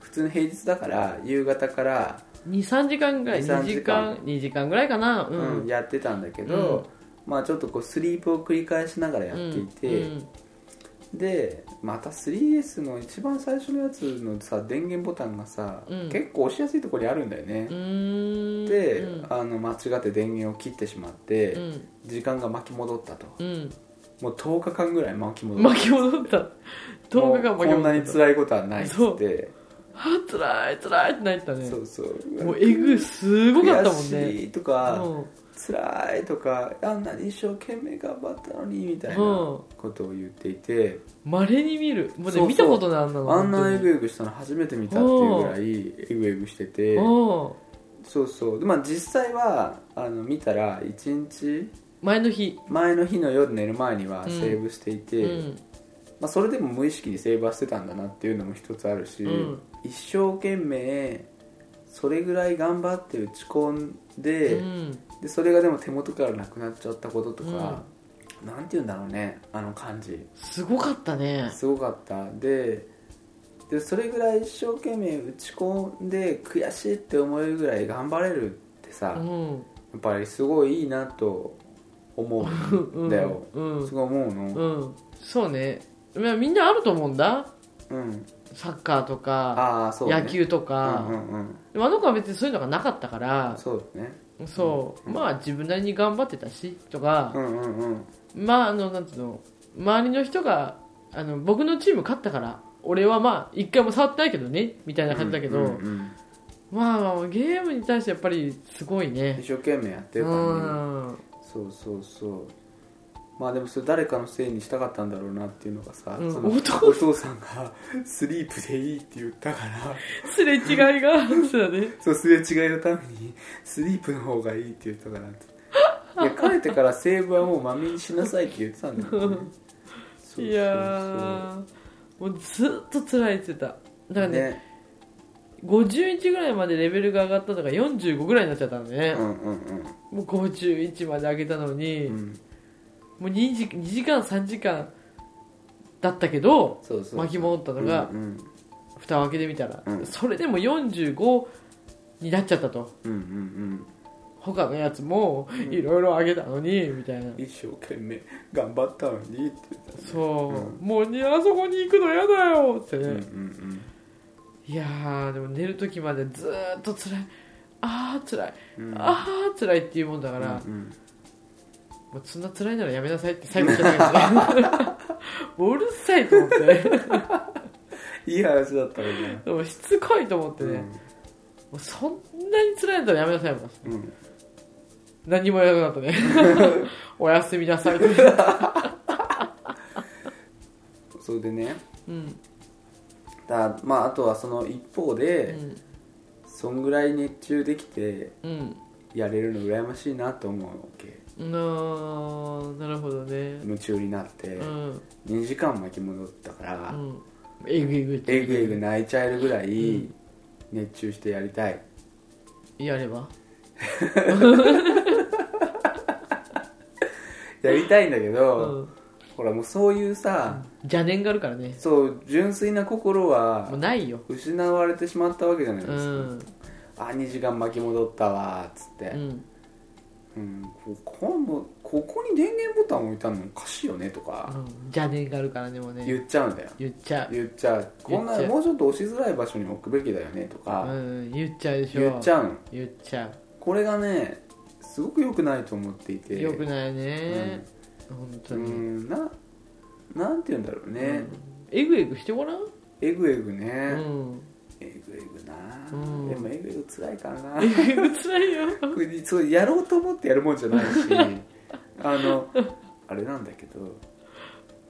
C: 普通の平日だから夕方から、
D: 23時間ぐらい
C: 2
D: 2
C: 3
D: 時
C: 時
D: 間
C: 間
D: 2時間ぐらいかなう
C: うんん、やってたんだけど、まあちょっとこうスリープを繰り返しながらやっていて、
D: うん
C: でまた 3DS の一番最初のやつのさ電源ボタンがさ、
D: うん
C: 結構押しやすいところにあるんだよね
D: う、ん
C: で、
D: うん
C: あの間違って電源を切ってしまって、
D: うん
C: 時間が巻き戻ったと
D: うん
C: もう10日間ぐらい巻き戻った
D: 巻き戻った動画が巻き戻った
C: もうこんなに辛いことはないっつって
D: あ辛い辛いって泣いてたね
C: そうそう
D: もうえぐすごかったもん
C: 悔
D: ね
C: しいとか、
D: うん
C: 辛いとかあんなに一生懸命頑張ったのにみたいな
D: うん
C: ことを言っていて、
D: まれに見るも
C: そう
D: う
C: そ
D: ね
C: う
D: 見たことないあんなの
C: あんなえ
D: 本
C: ぐえぐしたの初めて見たっていうぐらいえぐえぐして
D: 当
C: て
D: にうん
C: そうそうでまあ実際はあの見たら1日
D: 前の日
C: 前の日の夜寝る前には
D: う
C: セ
D: ん
C: ーブしていうて、
D: ん
C: まあ、それでも無意識にセーブはしてたんだなっていうのも一つあるし、
D: うん
C: 一生懸命それぐらい頑張って打ち込んで,、
D: うん
C: でそれがでも手元からなくなっちゃったこととか、なんて言うんだろうねあの感じ
D: すごかったね
C: すごかったででそれぐらい一生懸命打ち込んで悔しいって思えるぐらい頑張れるってさ、
D: う
C: や
D: ん
C: っぱりすごいいいなと思うんだよ、
D: うん
C: すごい思うの
D: うんそうねまあみんなあると思うんだ
C: うん、
D: サッカーとか
C: ああそうね
D: 野球と
C: うん
D: か
C: うんうん
D: でもあの子は別にそういうのがなかったから
C: そうだね
D: そうまあ自分なりに頑張ってたしと
C: う
D: か
C: んうんうん
D: まああのなんていうの周りの人があの僕のチーム勝ったから俺はまあ一回も触ってないけどねみたいな感じだけど、
C: うんうんうん
D: まあゲームに対してやっぱりすごいね
C: 一生懸命やって
D: う
C: るからね
D: ん
C: そうそうそうまあでもそれ誰かのせいにしたかったんだろうなっていうのがさ、
D: うん
C: その
D: お父
C: 父さんが 「スリープでいい」って言ったから
D: すれ違いがそうだね
C: そうすれ違いのためにスリープの方がいいって言ったからっていや帰ってからセーブはもうまみにしなさいって言ってたんだけどねそうそうそう
D: いやーもうずっと辛いって言ってただからね
C: ね
D: 51ぐらいまでレベルが上がったのが45ぐらいになっちゃったのね
C: う、んうんうん
D: もう51まで上げたのに、
C: うん
D: もう 2, 時2時間3時間だったけど
C: そうそう
D: 巻き戻ったのが
C: うんうん
D: 蓋を開けてみたら、
C: うん
D: それでも45になっちゃったと
C: うんうん
D: 他のやつもいろいろ上げたのにみたいな
C: うん一生懸命頑張ったのにって言ってた
D: そう、
C: う
D: もうにあそこに行くの嫌だよってね、
C: うんうん
D: いやーでも寝る時までずーっと辛いああ辛い、
C: うんうん
D: ああ辛いっていうもんだから、
C: うんうん
D: もうそんな辛いならやめなさいって最後言っちゃったけどね もううるさいと思ってね
C: いい話だったよね
D: でもしつこいと思ってね、もうそんなに辛いんだらやめなさいもん
C: うんうん
D: 何もやらなかったね おやすみなさいって
C: それでね
D: うん
C: だまああとはその一方
D: う
C: で、
D: ん
C: そんぐらい熱中できて
D: うん
C: やれるの羨ましいなと思うわけ
D: なーなるほどね
C: 夢中になって
D: うん
C: 2時間巻き戻ったから、
D: うんえぐいぐいって
C: えぐえぐ泣いちゃえるぐら
D: う
C: い
D: ん
C: 熱中してやりたい、
D: やれば
C: やりたいんだけ
D: う
C: ど、
D: ん
C: ほらもうそういうさ、
D: 邪念があるからね
C: そう純粋な心
D: もう
C: は
D: ないよ
C: 失われてしまったわけじゃないうですか、あ
D: ん
C: 2時間巻き戻ったわーっつって、
D: うん
C: うんここもここに電源ボタン置いたのおかしいよねと
D: う
C: か
D: ん邪念があるからねもうね
C: 言っちゃうんだよ
D: 言っちゃう
C: 言っちゃうこんな
D: 言っちゃう
C: もうちょっと押しづらい場所に置くべきだよねと
D: う
C: か
D: ん言っちゃうでしょ
C: 言っちゃうの
D: 言っちゃ
C: これがねすごく良くないと思っていうて
D: よくないね本当
C: う
D: に
C: んななんて言うんだろう
D: う
C: ね
D: んえぐえぐしてごらん
C: えぐえぐ
D: う
C: ね
D: ん
C: えぐえぐな
D: うん
C: でもえぐえぐつらいからな
D: えぐえぐつらいよ
C: これそうやろうと思ってやるもんじゃない しあのあれなんだけど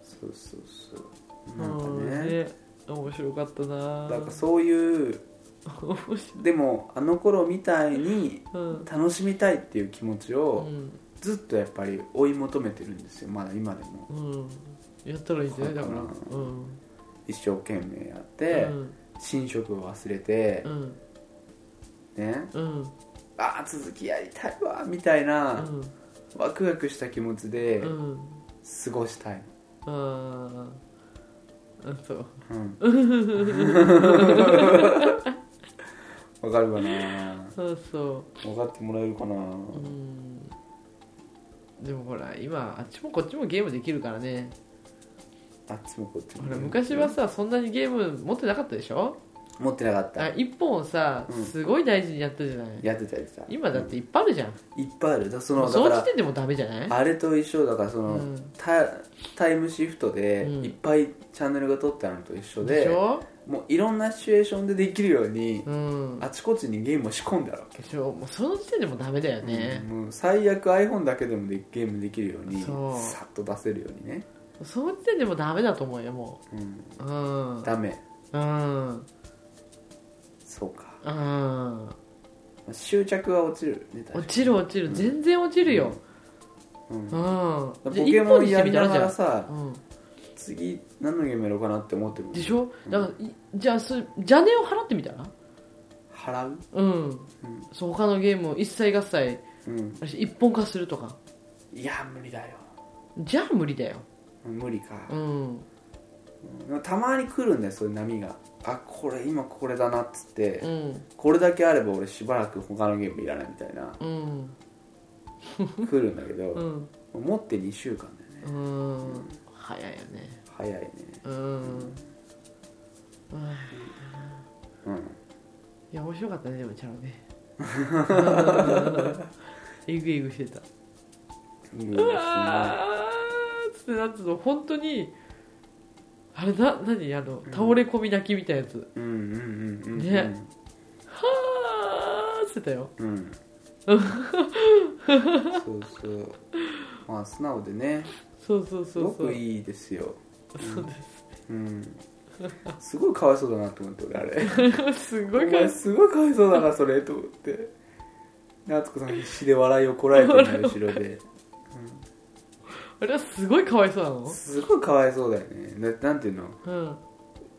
C: そうそうそうなんか
D: うん
C: ね
D: 面白かったな
C: なんかそういう
D: 面白い
C: でもあの頃みたいに
D: うん
C: 楽しみたいっていう気持ち
D: う
C: を
D: ん
C: ずっとやっぱり追い求めてるんですよまだ今でも
D: うんやったらいいんじゃないだから
C: そうかな
D: うん
C: 一生懸命やって、
D: うん
C: 寝食を忘れて
D: う、ん
C: ね
D: うん
C: ああ続きやりたいわみたいな、ワクワクした気持ちで
D: うんうん
C: 過ごしたい、
D: あーあそう
C: うん、わかるかな
D: そうそ
C: 分かってもらえるかな、
D: ううんでもほら今あっちもこっちもゲームできるからね
C: あっちもこっちも
D: ほら昔はさそんなにゲーム持ってなかったでしょ
C: 持ってなかった
D: あ一本をさ
C: うん
D: すごい大事にやったじゃない、
C: やってたやってた
D: 今だっていっぱいあるじゃん、
C: いっぱいあるだそ
D: も
C: の
D: う
C: だ
D: そ
C: か
D: の時
C: ら
D: 点でもうダメじゃない
C: あれと一緒だからその、
D: うん
C: タタイムシフトで
D: うん
C: いっぱいチャンネルが撮ってあるのと一緒
D: で
C: で,、
D: しょ、
C: もういろんなシチュエーションでできるように、
D: うん、
C: あちこちにゲームを仕込んであるわ
D: でしょもうその時点でもうダメだよ
C: け、
D: ね、
C: うんもう最悪 iPhone だけでもでゲームできるように
D: そう
C: さっと出せるようにね、
D: その時点でもうダメだと思うよも
C: うん、
D: ううん
C: ダメ
D: うん
C: そうか
D: うん
C: 執着は落ちるね確かに
D: 落ちる落ちる、全然落ちるよ
C: うん
D: うん、
C: ポ
D: じゃあ
C: ケモ
D: 一本
C: ン
D: にし
C: や
D: て
C: り
D: みた
C: な
D: ら
C: が
D: じゃ
C: ら
D: あ
C: さ
D: うん、
C: 次何のゲームやろうかなって思ってるもん
D: でしょだから、いじゃあそれ邪念を払ってみたら
C: 払う、
D: うん、そう他のゲームを一切合切
C: うん、
D: あれし一本化するとか
C: いや無理だよ
D: じゃあ無理だよ
C: 無理か
D: う、ん
C: うんたまに来るんだよそういう波があこれ今これだなっつって、
D: うん
C: これだけあれば俺しばらく他のゲームいらないみたいな
D: うん
C: 来るんだけど、
D: うん
C: 持って2週間だよね
D: うん早いよね
C: 早いね
D: うん、うん
C: うん
D: いや面白かったねでもチャラねえぐえぐしてた
C: うん
D: うわーっつってなってたの本当にあれな何あの倒れ込み泣きみたいなやつ、
C: うんうんうんうん
D: ねはーっつってたよ
C: うんそうそうまあ素直でね
D: そうそう
C: す
D: そう
C: ご
D: そう
C: くいいですよ
D: そうです
C: うんすごいかわいそうだなと思って俺あれ
D: す
C: お
D: ごいか
C: 前すごいかわいそうだなそれと思って夏子さん必死で笑いをこらえてるの後ろで、
D: あれはすごいかわいそうな
C: うん
D: の
C: すごいかわいそうだよねななんていうの
D: うん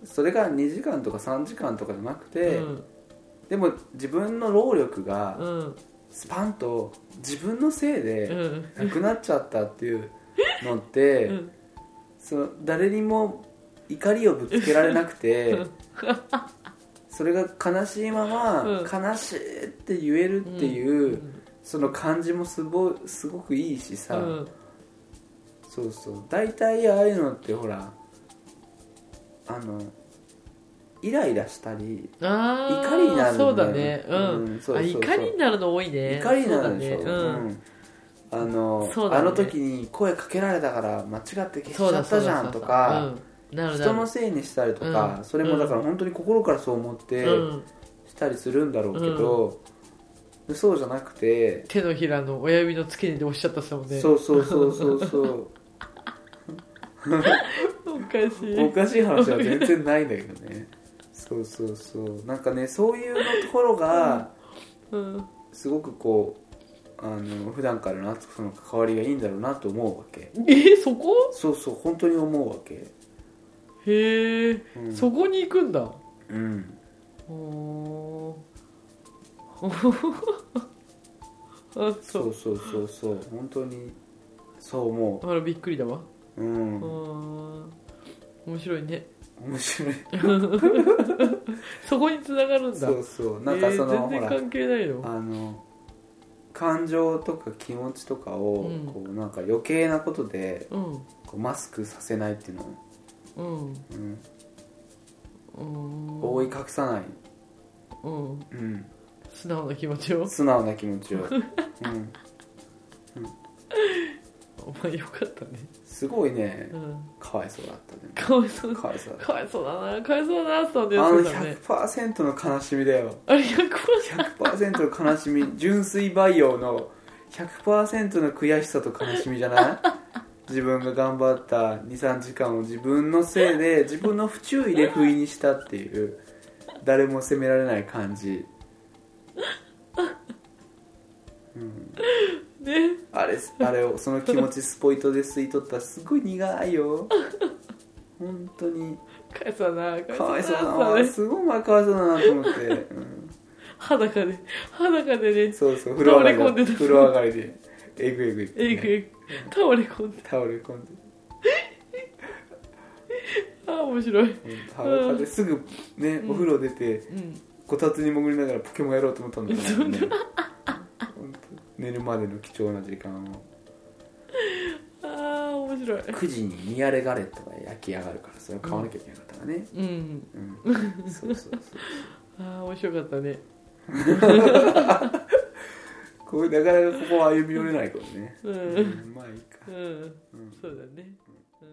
C: それが2時間とか3時間とかじゃなくて、
D: うん
C: でも自分の労力
D: う
C: が
D: ん
C: スパンと自分のせいうで
D: ん
C: なくなっちゃったっていうのって、
D: うん
C: その誰にも怒りをぶつけられなくて
D: うん
C: それが悲しいまま、
D: うん
C: 悲しいって言えるっていう、その感じもすごすごくいいし
D: う
C: さ、
D: ん
C: そうそう大体ああいうのってほらあのイライラしたり
D: あー
C: 怒りになるんだよ
D: そうだねうん、
C: うんそう
D: あ
C: そうそう
D: 怒りになるの多いね
C: 怒りになるでしょ、
D: そうだねうん
C: うんあの
D: そうだね
C: あの時に声かけられたから間違って消し
D: そう
C: ちゃ
D: だ
C: ったじゃんとか、
D: うんなるなる
C: 人のせいにしたりとか、
D: うん
C: それもだから本当に心からそう思って
D: うん、
C: したりするんだろうけど、そうじゃなくて、
D: 手のひらの親指の付け根で押しちゃったっすもんね
C: そうそうそうそうそう
D: おかしい
C: おかしい話は全然ないんだけどねそうそうそうなんかねそういうのところが
D: うん
C: すごくこうあの普段からの敦子さんの関わりがいいんだろうなと思うわけ
D: えそこ
C: そうそう本当に思うわけ
D: へえ、
C: うん
D: そこに行くんだ
C: うん
D: おーあそ
C: そううそうそうそう本当にそう思
D: あらびっくりだわ
C: ううん
D: うーん面白いね
C: 面白い
D: そこに繋がるんだ
C: そうそうなんかその、
D: え
C: ほ
D: ー全然
C: ら
D: 関係ないよ
C: あの感情とか気持ちとかを、
D: うん
C: こうなんか余計なことで
D: うん
C: こうマスクさせないっていうの、
D: うん
C: うん、
D: うん
C: 覆い隠さない、
D: うん
C: うん、
D: 素直な気持ちを
C: 素直な気持 ちを、うん、
D: お前よかったね、
C: すごいね
D: うん、
C: かわいそうだったね
D: かわいそう
C: かわいそうだっ
D: かわいそうだなかわいそうだなって言って
C: たあの
D: たね
C: 100%の悲しみだよ
D: あれ100%
C: 100%の悲しみ純粋培養の100%の悔しさと悲しみじゃない 自分が頑張った23時間を自分のせい で自分の不注意で不意にしたっていう誰も責められない感じ、うん、
D: ね
C: あれあれをその気持ちスポイトで吸い取ったらすごい苦いよ本当に
D: かわいそうだな
C: かわいそうだ
D: な
C: なすごいお前かわいそうだなと思って、うん
D: 裸で裸でね
C: そうそう、風呂上がり
D: 倒れ込んで
C: で。
D: た
C: 風呂上がりで。えぐえぐいってね
D: えぐえぐ倒れ込んで
C: 倒れ込んで。
D: あー面白い
C: うんですぐね、お風呂出て、
D: うん
C: こたつに潜りながらポケモンやろうと思ったんだけど、ね、本当寝るまでの貴重な時間を。
D: あー面白い
C: 9時にニアレガレットが焼き上がるから、それを買わなきゃいけなかったからね。
D: うん
C: うん。そうそうそう。
D: あー面白かったね
C: こうなかなかここは歩み寄れないからね。
D: う
C: うんん、まあいいか
D: う。ん
C: うん
D: そうだねうん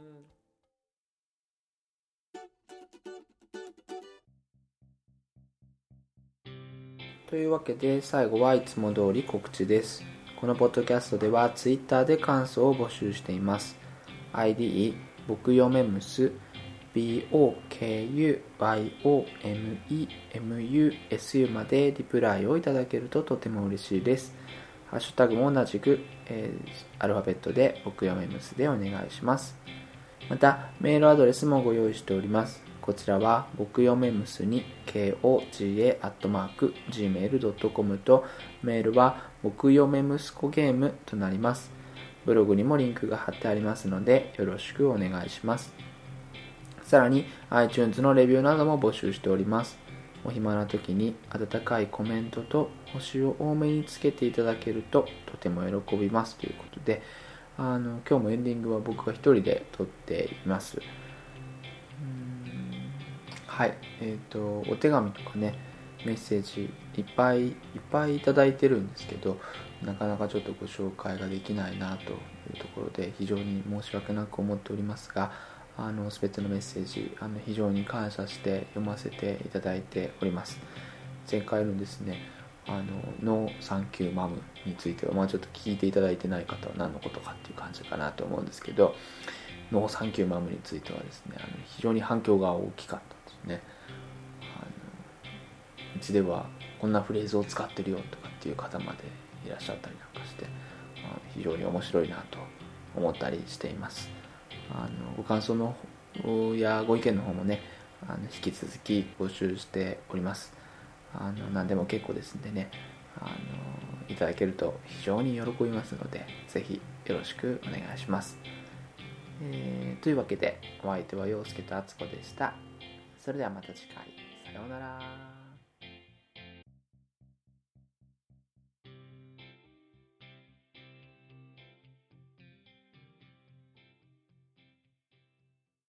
C: というわけで最後はいつも通り告知ですこのポッドキャストでは Twitter で感想を募集しています ID 僕よめむす BOKUYOMEMUSU までリプライをいただけるととても嬉しいですハッシュタグも同じく、えーアルファベットで僕よめむすでお願いしますまたメールアドレスもご用意しておりますこちらは僕よめむすに koga.gmail.com とメールは僕よめむすこゲームとなりますブログにもリンクが貼ってありますのでよろしくお願いしますさらに iTunes のレビューなども募集しておりますお暇な時に温かいコメントと星を多めにつけていただけるととても喜びますということであの今日もエンディングは僕が一人で撮っていますうーんはいえっ、とお手紙とかねメッセージいっぱいいっぱいいただいてるんですけどなかなかちょっとご紹介ができないなというところで非常に申し訳なく思っておりますがあの全てのメッセージあの非常に感謝して読ませていただいております前回のですね
E: あの「No サンキューマム」については、まあ、ちょっと聞いていただいてない方は何のことかっていう感じかなと思うんですけど「No サンキューマム」についてはですねあの非常に反響が大きかったですねあのうちではこんなフレーズを使ってるよとかっていう方までいらっしゃったりなんかしてあの非常に面白いなと思ったりしていますあのご感想の方やご意見の方もねあの引き続き募集しておりますあの何でも結構ですんでねあのいただけると非常に喜びますのでぜひよろしくお願いします、えーというわけでお相手は陽介と敦子でしたそれではまた次回さようなら